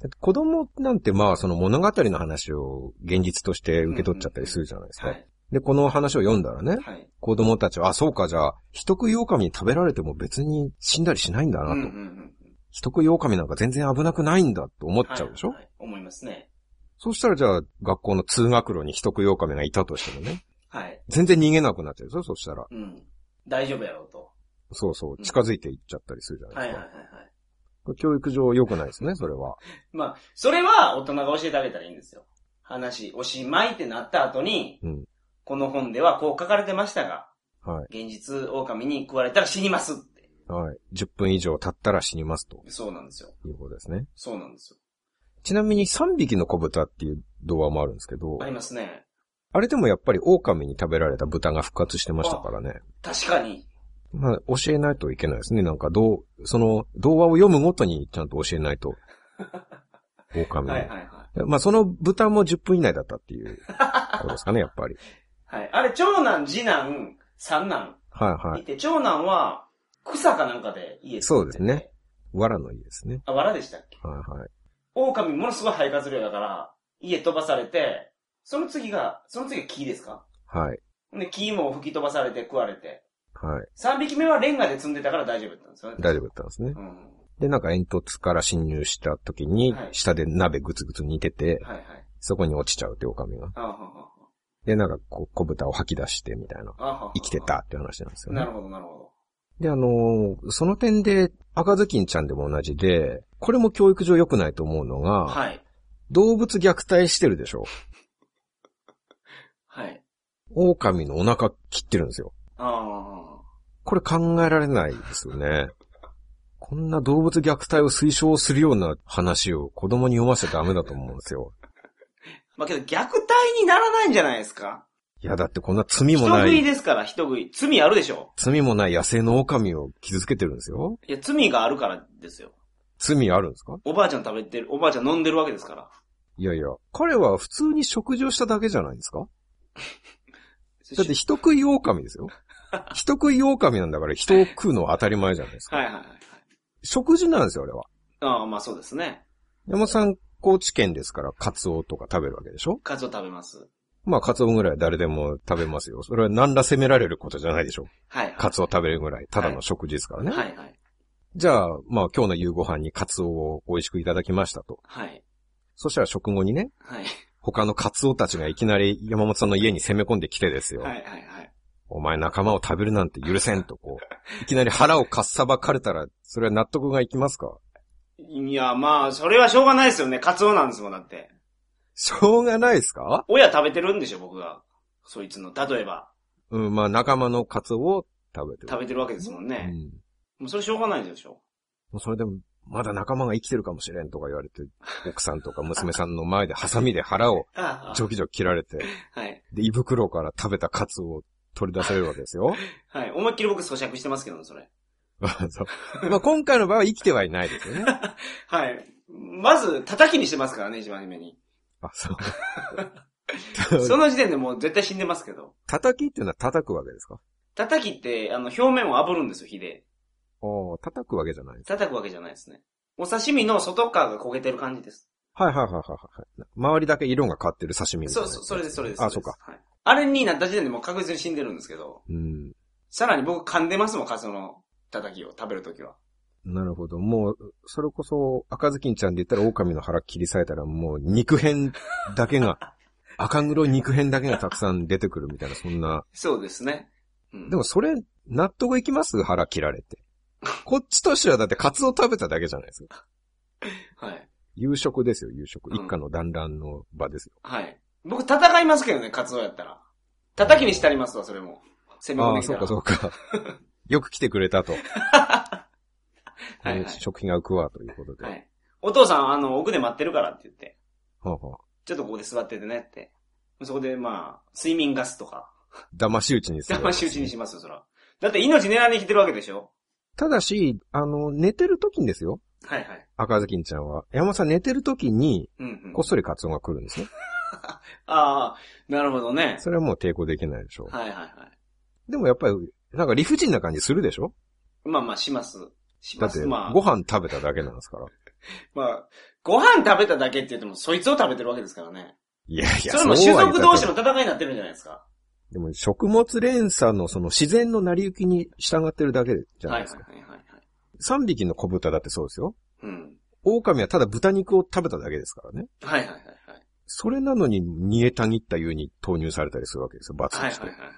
S3: だって子供なんて、まあ、その物語の話を現実として受け取っちゃったりするじゃないですか。
S2: はい。
S3: で、この話を読んだらね、
S2: はい。
S3: 子供たちは、あ、そうか、じゃあ、人食い狼に食べられても別に死んだりしないんだな
S2: う
S3: と。
S2: んうんうん。
S3: 人食い狼なんか全然危なくないんだと思っちゃうでしょ、
S2: はいはい思いますね。
S3: そうしたらじゃあ、学校の通学路に人食い狼がいたとしてもね、
S2: はい。
S3: 全然逃げなくなっちゃうでしょそうしたら。
S2: うん。大丈夫やろうと。
S3: そうそうう、
S2: ん
S3: 近づいていっちゃったりするじゃな
S2: はいい
S3: で
S2: は
S3: す
S2: い
S3: か。
S2: はいはい。
S3: これ教育上良くないですね、それは。
S2: まあ、それは大人が教えてあげたらいいんですよ。話、おしまいってなった後に、
S3: うん
S2: この本ではこう書かれてましたが、
S3: はい。
S2: 現実、狼に食われたら死にますって。
S3: はい。10分以上経ったら死にますと
S2: そうなんですよ。
S3: いうことですね。
S2: そうなんですよ。
S3: ちなみに3匹の子豚っていう童話もあるんですけど
S2: あ、りますね。
S3: あれでもやっぱり狼に食べられた豚が復活してましたからね。
S2: 確かに。
S3: まあ、教えないといけないですね。なんか、どう、その、童話を読むごとにちゃんと教 えないと。狼の。
S2: はいはいはい。
S3: まあ、その豚も10分以内だったっ ていうことですかね、やっぱり。
S2: はい。あれ、長男、次男、三男
S3: はいはいい。
S2: て、長男は草かなんかで家作ってて
S3: そうですね。藁の家ですね。
S2: あ、藁でしたっけ
S3: はいはい。
S2: 狼ものすごい肺活量だから、家飛ばされて、その次が、その次が木ですか
S3: はい。
S2: で、木も吹き飛ばされて食われて。
S3: はい。
S2: 三匹目はレンガで積んでたから大丈夫だったんですよね。
S3: 大丈夫だったんですね。
S2: 夫。うん。
S3: で、なんか煙突から侵入した時に
S2: はい、
S3: 下で鍋ぐつぐつ煮てて、
S2: はいはい。
S3: そこに落ちちゃうって狼が。
S2: あははは
S3: で、なんかこう、小豚を吐き出してみたいな。
S2: あはは
S3: 生きて。たっていう話なんですよ
S2: な
S3: ね
S2: る。ほど、なるほ
S3: で、あのーその点で赤ずきんちゃんでも同じで、これも教育上良くないと思うのが、
S2: ど。はい。
S3: 動物虐待してるでしょ。
S2: はい。
S3: 狼のお腹切ってるんですよ。
S2: ああ。
S3: これ考えられないですよね。こんな動物虐待を推奨するような話を子供に読ませちゃダメだと思うんですよ。
S2: まあけど、虐待にならないんじゃないですか
S3: いや、だってこんな罪
S2: 人
S3: もな
S2: 食い
S3: い、
S2: ですから、人食い。罪あるでしょ
S3: 罪もない野生の狼を傷つけてるんですよ。
S2: いや、罪があるからですよ。
S3: 罪あるんですか
S2: おばあちゃん食べてる、おばあちゃん飲んでるわけですから。
S3: いやいや、彼は普通に食事をしただけじゃないですかだって人食い狼です よ。人食い狼なんだから人を食うのは当たり前じゃないですか。
S2: はいはいはい。
S3: 食事なんですよ、あれは。
S2: ああ、まあそうですね。
S3: 山本さん、高知県ですから、カツオとか食べるわけでしょ
S2: カツオ食べます。
S3: まあ、カツオぐらいは誰でも食べますよ。それは何ら責められることじゃないでしょ
S2: はい、はい。
S3: カツオ食べるぐらい、ただの食事ですからね。
S2: はいはい。
S3: じゃあ、まあ、今日の夕ご飯にカツオを美味しくいただきましたと。
S2: はい。
S3: そしたら食後にね、
S2: はい。
S3: 他のカツオたちがいきなり山本さんの家に攻め込んできてですよ。
S2: はいはいはい。
S3: お前仲間を食べるなんて許せんとこう、いきなり腹をかっさばかれたら、それは納得がいきますか
S2: いや、まあ、それはしょうがないですよね。カツオなんですもん、だって。
S3: しょうがないですか
S2: 親食べてるんでしょ、僕が。そいつの、例えば、
S3: うん、まあ仲間のカツオを食べて
S2: 食べてるわけですもん
S3: べ
S2: ね。もうそれしょうがないでしょ。
S3: うん。それでも、まだ仲間が生きてるかもしれんとか言 われて、奥さんとか娘さんの前でハサミで腹を
S2: あ
S3: ジョキジョキ切られて、
S2: あ、はい。
S3: で、胃袋から食べたカツオを取り出されるわけですよ。
S2: はい。思いっきり僕咀嚼してますけどね、それ。
S3: そうまあ今回の場合は生きてはいないですよね。
S2: はい。まず、叩きにしてますからね、一番初めに。
S3: あ、そ。
S2: そうの時点でもう絶対死んでますけど。
S3: 叩きっていうのは叩くわけですか
S2: 叩きって、あの、表面を炙るんですよ、火で。
S3: おー叩くわけじゃないです。
S2: 叩くわけじゃないですね。お刺身の外側が焦げてる感じです。
S3: はいはいはいはいはい。周りだけ色が変わってる刺身みたい
S2: そ
S3: な
S2: う
S3: やつ
S2: そう、それです、それです。
S3: あ、
S2: れ
S3: そう
S2: です
S3: か。。
S2: はい。あれになった時点でもう確実に死んでるんですけど、
S3: うん。
S2: さらに僕噛んでますもん、カツオの叩きを食べるときは。
S3: なるほど。もう、それこそ、赤ずきんちゃんで言ったら狼の腹切り裂いたらもう肉片だけが、 赤黒い肉片だけがたくさん出てくるみたいな、そんな。
S2: そうですね。うん、
S3: でもそれ、納得いきます腹切られて。こっちとしてはだってカツオ食べただけじゃないですか。
S2: はい。
S3: 夕食ですよ、夕食。
S2: うん
S3: 一家の団らんの場ですよ。
S2: はい。僕戦いますけどね、カツオやったら。叩きにしてありますわ、それも。攻め込ん
S3: あ
S2: で
S3: あ、
S2: き
S3: そ
S2: た
S3: う
S2: ら。
S3: かそ うか。よく来てくれたと。
S2: はいはい
S3: 食費が浮くわということで。
S2: は、い。お父さん、あの、奥で待ってるからって言って、
S3: はあはあ
S2: ちょっとここで座っててねって。そこで、まあ、睡眠ガスとか、
S3: 騙し討ちにする。
S2: 騙し討ちにし ますよ、そら。だって命狙いに来てるわけでしょ
S3: ただし、あの、寝てる時にですよ。
S2: はいはい。
S3: 赤ずきんちゃんは。山本さん寝てる時に、
S2: うんうん。
S3: こっそりカツオが来るんですね。
S2: ああ、なるほどね。
S3: それはもう抵抗できないでしょ
S2: はいはいはい。
S3: う。でもやっぱり、なんか理不尽な感じするでしょ
S2: まあまあ、します。し
S3: だ
S2: ま
S3: って、
S2: す。まあ、
S3: ご飯食べただけなんですから。
S2: まあ、ご飯食べただけって言っても、そいつを食べてるわけですからね。
S3: いやいや、
S2: それも
S3: う
S2: 種
S3: は言っ
S2: 族
S3: た
S2: 同士
S3: け
S2: の
S3: ど
S2: 戦いになってるんじゃないですか。
S3: でも食物連鎖のその自然の成り行きに従ってるだけじゃな
S2: はいい
S3: で
S2: は
S3: す
S2: い
S3: か。
S2: はいはいはい。
S3: 三3匹の小豚だってそうですよ。
S2: うん。
S3: 狼はただ豚肉を食べただけですからね。
S2: はいはいはいはい。
S3: それなのに煮えたぎった湯に投入されたりするわけですよ、罰
S2: は
S3: と
S2: い
S3: して。
S2: はいはいはい。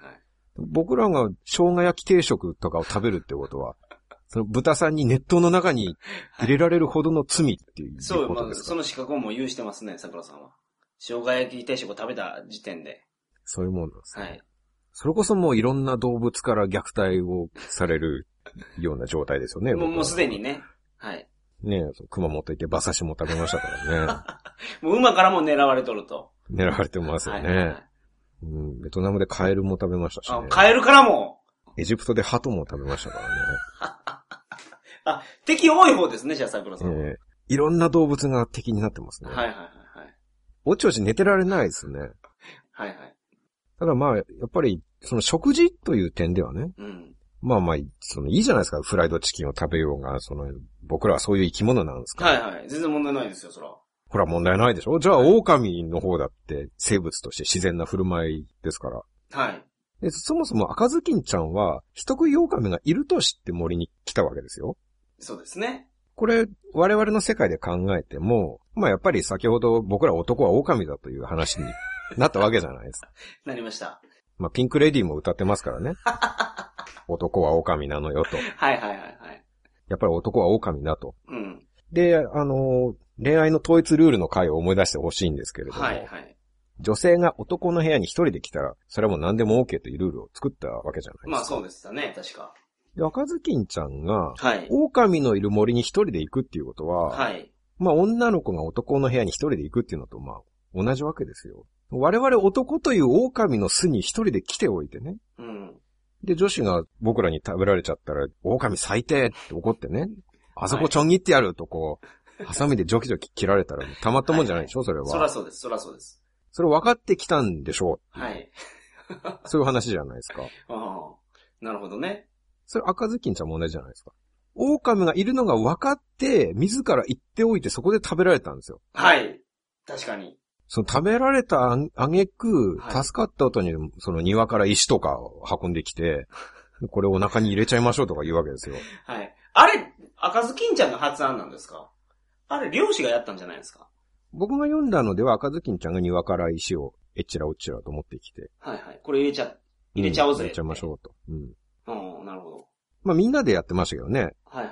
S3: 僕らが生姜焼き定食とかを食べるってことは、その豚さんに熱湯の中に入れられるほどの罪っていう
S2: そう、
S3: こ
S2: ま
S3: と
S2: あ、
S3: ですか、
S2: その資格をもう有してますね、桜さんは。生姜焼き定食を食べた時点で。
S3: そういうもんなんですね、
S2: はい。
S3: それこそもういろんな動物から虐待をされるような状態ですよね。
S2: もう、
S3: 僕は
S2: もうすでに。ね。はい。
S3: ねそう熊本行って馬刺しも食べましたか らね。
S2: もう馬からも狙われとると。
S3: 狙われてます
S2: は
S3: よ
S2: い
S3: ね、
S2: はいはい。
S3: うん。ベトナムでカエルも食べましたしね
S2: あ、。カエルからも、
S3: エジプトで鳩も食べましたからね。
S2: 敵多い方ですね、じゃあ、桜
S3: え
S2: さんは。
S3: ーいろんな動物が敵になってますね。
S2: はいはいはいはい。
S3: おちおち寝てられないですね。
S2: はいはい。
S3: ただまあ、やっぱり、その食事という点ではね、
S2: うん。
S3: まあまあ、そのいいじゃないですか、フライドチキンを食べようが、その、僕らはそういう生き物なんですから。
S2: はいはい。全然問題ないですよ、そら。
S3: ほら問題ないでしょじゃあ、狼の方だって生物として自然な振る舞いですから。
S2: はい。
S3: で、そもそも赤ずきんちゃんは、人食い狼がいると知って森に来たわけですよ。
S2: そうですね。
S3: これ、我々の世界で考えても、まあやっぱり先ほど僕ら男は狼だという話になったわけじゃないですか。
S2: なりました。
S3: まあピンクレディーも歌ってますか らね。男は狼なのよと。
S2: はいはいはいはい。
S3: やっぱり男は狼だと。
S2: うん。
S3: で、あの、恋愛の統一ルールの回を思い出してほしいんですけれども、
S2: はいはい。
S3: 女性が男の部屋に一人で来たら、それはもう何でも OK というルールを作ったわけじゃないですか。
S2: まあそうでしたね、確か。
S3: で赤ずきんちゃんが、
S2: はい。
S3: 狼のいる森に一人で行くっていうことは、
S2: はい。
S3: まあ女の子が男の部屋に一人で行くっていうのとまあ同じわけですよ。我々男という狼の巣に一人で来ておいてね。
S2: うん。
S3: で、女子が僕らに食べられちゃったら、狼最低って怒ってね。あそ
S2: は
S3: こ
S2: い
S3: ちょん切ってやるとこう、ハサミでジョキジョキ切られたらたまったもんじゃないでしょ、それ
S2: そら
S3: は。
S2: そうです、そらそうです。
S3: それ分かってきたんでしょう。
S2: はい。
S3: そういう話じゃないですか。
S2: ああ。なるほどね。
S3: それ赤ずきんちゃんも同じじゃないですか。狼がいるのが分かって、自ら行っておいてそこで食べられたんですよ。
S2: はい。確かに。
S3: その食べられたあんあげく、
S2: はい
S3: 助かった後に、その庭から石とかを運んできて、これお腹に入れちゃいましょうとか言うわけですよ。
S2: はい。あれ、赤ずきんちゃんの発案なんですかあれ、漁師がやったんじゃないですか
S3: 僕が読んだのでは赤ずきんちゃんが庭から石をえっちらおっちらと持ってきて。
S2: はいはい。これ入れちゃ、入れちゃおうぜ
S3: ん入れちゃいましょうと。うん。
S2: うん、なるほど。
S3: まあみんなでやってましたけどね。
S2: はいはいは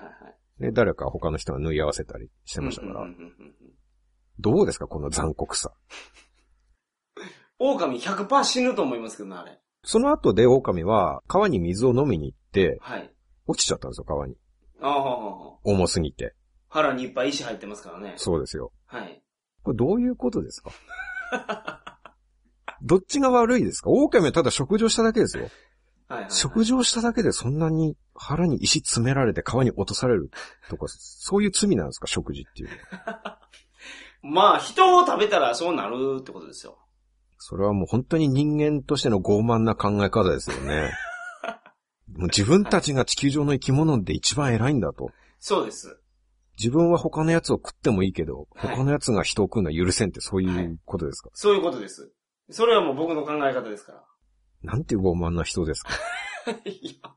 S2: い。
S3: で誰か他の人が縫い合わせたりしてましたから。
S2: うんうんうんうんうん
S3: どうですかこの残酷さ。
S2: 狼100%死ぬと思いますけどな、あれ。
S3: その後で狼は川に水を飲みに行って、
S2: はい。
S3: 落ちちゃったんですよ、川に。
S2: ああ、
S3: 重すぎて。
S2: 腹にいっぱい石入ってますからね。
S3: そうですよ。
S2: はい。
S3: これどういうことで すかどっちが悪いですか狼はただ食事をしただけですよ。
S2: はい、はい。
S3: 食事をしただけでそんなに腹に石詰められて川に落とされるとか、そういう罪なんですか食事っていうのは。
S2: まあ、人を食べたらそうなるってことですよ。
S3: それはもう本当に人間としての傲慢な考え方ですよね。もう自分たちが地球上の生き物で一番偉いんだと。
S2: そうです。
S3: 自分は他のやつを食ってもいいけど、
S2: はい
S3: 他のやつが人を食うのは許せんってそういうことですか、
S2: そういうことです。それはもう僕の考え方ですから。
S3: なんていう傲慢な人ですか
S2: いや、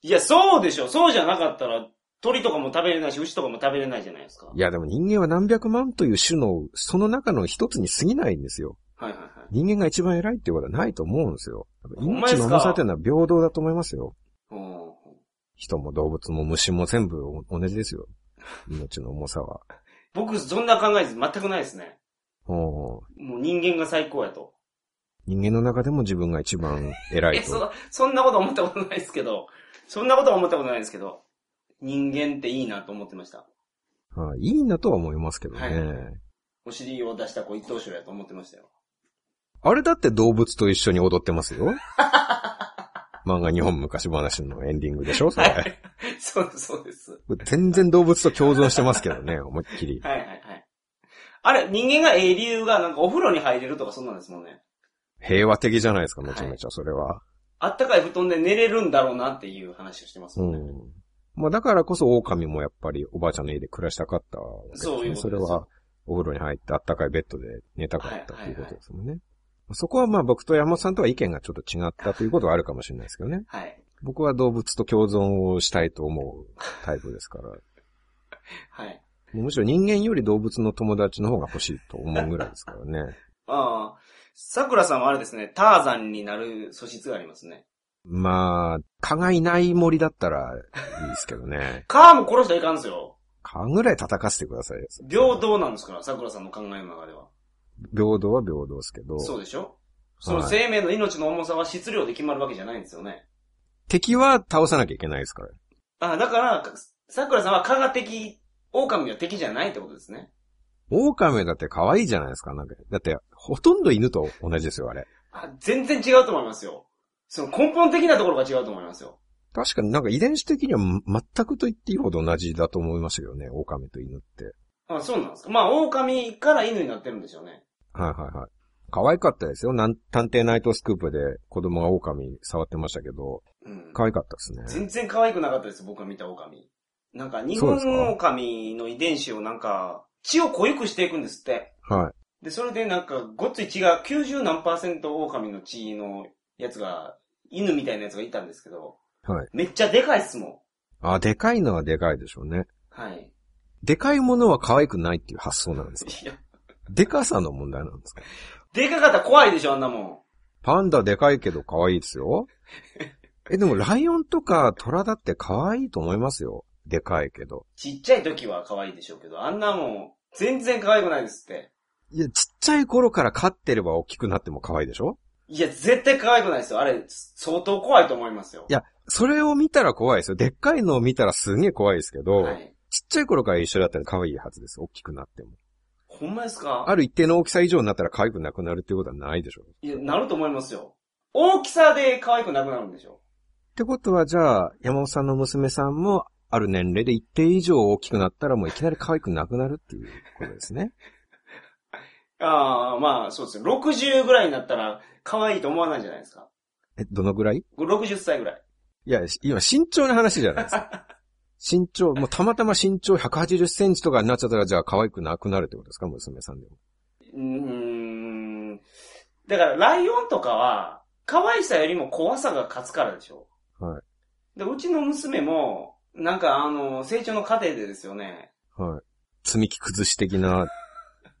S2: いやそうでしょ。そうじゃなかったら、鳥とかも食べれないし、牛とかも食べれないじゃないですか。
S3: いやでも人間は何百万という種の、その中の一つに過ぎないんですよ。
S2: はいはいはい。
S3: 人間が一番偉いっていうことはないと思うんですよ。
S2: ほんまです
S3: 命
S2: か
S3: の重さというのは平等だと思いますよ。
S2: おー
S3: 人も動物も虫も全部お同じですよ。命の重さは。
S2: 僕、そんな考え全くないですね。
S3: うん
S2: もう人間が最高やと。
S3: 人間の中でも自分が一番偉
S2: え、
S3: いと。
S2: そ、そんなこと思ったことないですけど、そんなことは思ったことないですけど、人間っていいなと思ってました。
S3: はいいいなとは思いますけどね。
S2: はお尻を出した子一等賞やと思ってましたよ。
S3: あれだって動物と一緒に踊ってます よ。漫画日本昔話のエンディングでしょそれ。
S2: はい。 そうです、そうです。
S3: 全然動物と共存してますけどね、思いっきり。
S2: はいはいはい。あれ、人間がええ理由がなんかお風呂に入れるとかそんなんですもんね。
S3: 平和的じゃないですか、めちゃめちゃ、それは。
S2: あったかい布団で寝れるんだろうなっていう話をしてます
S3: う
S2: もんね。
S3: ん。まあだからこそ狼もやっぱりおばあちゃんの家で暮らしたかったわけですね。
S2: そういうことです
S3: それはお風呂に入ってあったかいベッドで寝たかったということですもんね。そこはまあ僕と山本さんとは意見がちょっと違ったということはあるかもしれないですけどね。
S2: はい。
S3: 僕は動物と共存をしたいと思うタイプですから。
S2: はい。
S3: むしろ人間より動物の友達の方が欲しいと思うぐらいですからね。
S2: ああ、桜さんはあれですね、ターザンになる素質がありますね。
S3: まあ、蚊がいない森だったらいいですけどね。
S2: カーも殺したらいかんですよ。
S3: 蚊ぐらい叩かせてくださいよ。
S2: 平等なんですから、桜さんの考えの中では。
S3: 平等は平等ですけど。
S2: そうでしょその
S3: はい
S2: 生命の命の重さは質量で決まるわけじゃないんですよね。
S3: 敵は倒さなきゃいけないですから。
S2: あだから、か桜さんは科学的、狼は敵じゃないってことですね。
S3: 狼だって可愛いじゃないですか。なんかだって、ほとんど犬と同じですよ、あれ。
S2: あ全然違うと思いますよ。その根本的なところが違うと思いますよ。
S3: 確かになんか遺伝子的には全くと言っていいほど同じだと思いましたけどね、狼と犬って。
S2: あ、そうなんですか。まあ、狼から犬になってるんでしょうね。
S3: はいはいはい。可愛かったですよ。なん探偵ナイトスクープで子供が狼触ってましたけど、
S2: うん。
S3: 可愛かったですね。
S2: 全然可愛くなかったです、僕が見た狼。なんか、日
S3: そう
S2: 本
S3: ですか
S2: の狼の遺伝子をなんか、血を濃ゆくしていくんですって。
S3: は
S2: で、それでなんか、ごっつい血が90何パーセント狼の血のやつが、犬みたいなやつがいたんですけど、
S3: い。はい。
S2: めっちゃでかいっすもん。
S3: あ、でかいのはでかいでしょうね。
S2: はい。
S3: でかいものは可愛くないっていう発想なんですか
S2: いや、
S3: でかさの問題なんですか
S2: でかかったら怖いでしょ、あんなも
S3: パンダでかいけど可愛いで すよ。え、でもライオンとかトラだって可愛いと思いますよ。でかいけど
S2: ん。。ちっちゃい時は可愛いでしょうけど、あんなもん、全然可愛くないですって。
S3: いや、ちっちゃい頃から飼ってれば大きくなっても可愛いでしょ
S2: いや、絶対可愛くないですよ。あれ、相当怖いと思いますよ。
S3: いや、それを見たら怖いですよ。でっかいのを見たらすげえ怖いですけど、
S2: はい。
S3: ちっちゃい頃から一緒だったら可愛いはずです。大きくなっても。
S2: ほんまですか
S3: ある一定の大きさ以上になったら可愛くなくなるっていうことはないでしょ。
S2: いや、なると思いますよ。大きさで可愛くなくなるんでしょ。
S3: ってことはじゃあ、山本さんの娘さんも、ある年齢で一定以上大きくなったらもういきなり可愛くなくなるっていうことですね。
S2: ああ、まあ、そうですね。60ぐらいになったら、可愛いと思わないじゃないですか。
S3: え、どのぐらい
S2: 60歳ぐらい。
S3: いや、今身長の話じゃないです か。身長、もうたまたま身長180センチとかになっちゃったら、じゃあ可愛くなくなるってことですか娘さんでも。
S2: うーん。だから、ライオンとかは、可愛さよりも怖さが勝つからでしょ。。
S3: はい
S2: で、うちの娘も、なんか、あの、成長の過程でですよね。
S3: はい。積み木崩し的な、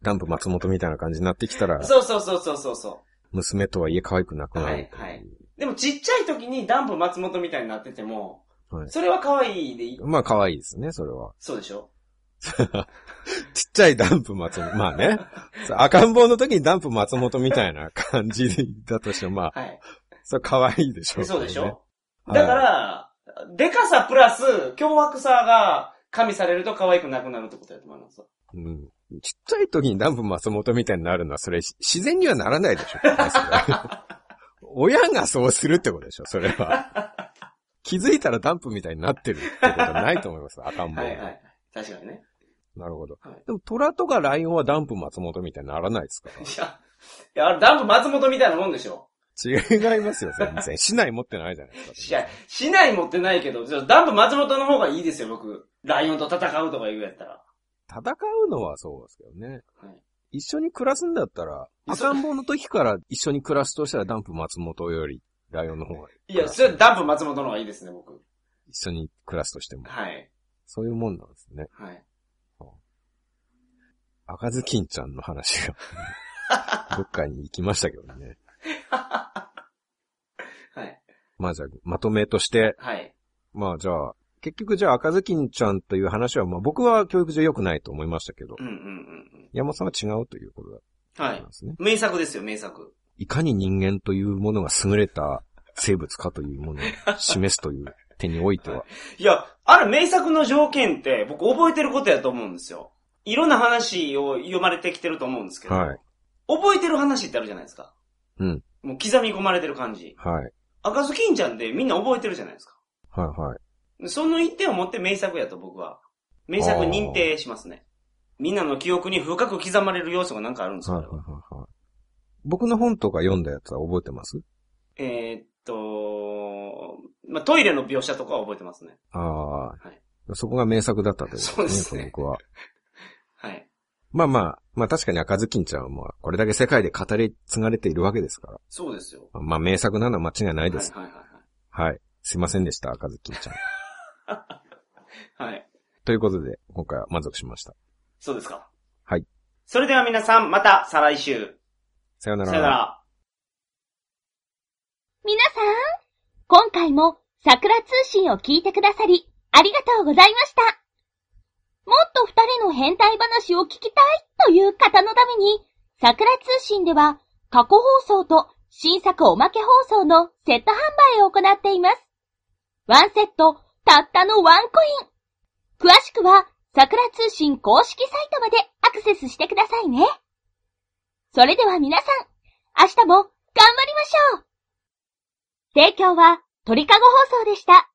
S3: ダンプ松本みたいな感じになってきた ら、
S2: そうそうそうそうそうそ
S3: 娘とはいえ可愛くなくなるってう
S2: はいはいいう。でも、ちっちゃい時にダンプ松本みたいになってても、
S3: はい
S2: それは可愛いでいい。
S3: まあ可愛いですね、それは。
S2: そうでしょ
S3: ちっちゃいダンプ松本。まあね。そう赤ん坊の時にダンプ松本みたいな感じだとしても、まあ、
S2: はい。
S3: それ可愛いでしょ
S2: でそうでしょ
S3: はい
S2: だから、でかさプラス、凶悪さが加味されると可愛くなくなるってことだと思います。
S3: うん。ちっちゃい時にダンプ松本みたいになるのは、それし自然にはならないでしょ。それ 親がそうするってことでしょ、それは。 気づいたらダンプみたいになってるってことはないと思います、赤ん坊
S2: は
S3: が。
S2: いはい。確かにね。
S3: なるほど
S2: はい。
S3: でも、虎とかライオンはダンプ松本みたいにならないですか
S2: いや、いや、あれ、ダンプ松本みたいなもんでしょ。
S3: ら違いますよ、全 然。市内持ってないじゃないです
S2: い
S3: か。
S2: や、市内持ってないけど、ちょダンプ松本の方がいいですよ、僕。ライオンと戦うとか言うやったら。
S3: 戦うのはそうですけどね。
S2: はい
S3: 一緒に暮らすんだったら、
S2: そう
S3: 赤ん坊の時から一緒に暮らすとしたらダンプ松本よりライオンの方が
S2: いや、それはダンプ松本の方がいいですね、僕。
S3: 一緒に暮らすとしても。
S2: はい。
S3: そういうもんなんですね。
S2: はい。
S3: 赤ずきんちゃんの 話が、どっかに行きましたけどね。
S2: はい。
S3: まあじゃあ、まとめとして、
S2: はい。
S3: まあじゃあ、結局じゃあ赤ずきんちゃんという話は、まあ僕は教育上良くないと思いましたけど
S2: う、んうんうん
S3: 山本さんは違うということだっ
S2: うん。は
S3: たん
S2: い。
S3: ですね。
S2: 名作ですよ、名作。
S3: いかに人間というものが優れた生物かというものを示すという手において は。
S2: いや、ある名作の条件って僕覚えてることやと思うんですよ。いろんな話を読まれてきてると思うんですけど、
S3: はい。
S2: 覚えてる話ってあるじゃないですか。
S3: うん。
S2: もう刻み込まれてる感じ。
S3: はい。
S2: 赤ずきんちゃんってみんな覚えてるじゃないですか。
S3: はいはい。
S2: その一点を持って名作やと僕は。名作認定しますね。みんなの記憶に深く刻まれる要素がなんかあるんです
S3: はい
S2: よ
S3: はい。はいはい。僕の本とか読んだやつは覚えてます
S2: えーっと、まあ、トイレの描写とかは覚えてますね。
S3: ああ、はいそこが名作だったということ
S2: そうで
S3: で
S2: すす
S3: ね、
S2: ね
S3: 僕は。
S2: はい。
S3: まあまあ、まあ確かに赤ずきんちゃんはまあこれだけ世界で語り継がれているわけですか
S2: そうですよ。
S3: ら。まあ名作なのは間違いないです。
S2: はいはいはい
S3: はい、すいませんでした、赤ずきんちゃん。
S2: はい。はい。
S3: ということで、今回は満足しました。
S2: そうですか。
S3: はい。
S2: それでは皆さん、また再来週。
S3: さようなら。
S2: さよなら。
S1: 皆さん、今回も桜通信を聞いてくださり、ありがとうございました。もっと二人の変態話を聞きたいという方のために、桜通信では過去放送と新作おまけ放送のセット販売を行っています。ワンセット、たったのワンコイン。詳しくは桜通信公式サイトまでアクセスしてくださいね。それでは皆さん、明日も頑張りましょう提供は鳥かご放送でした。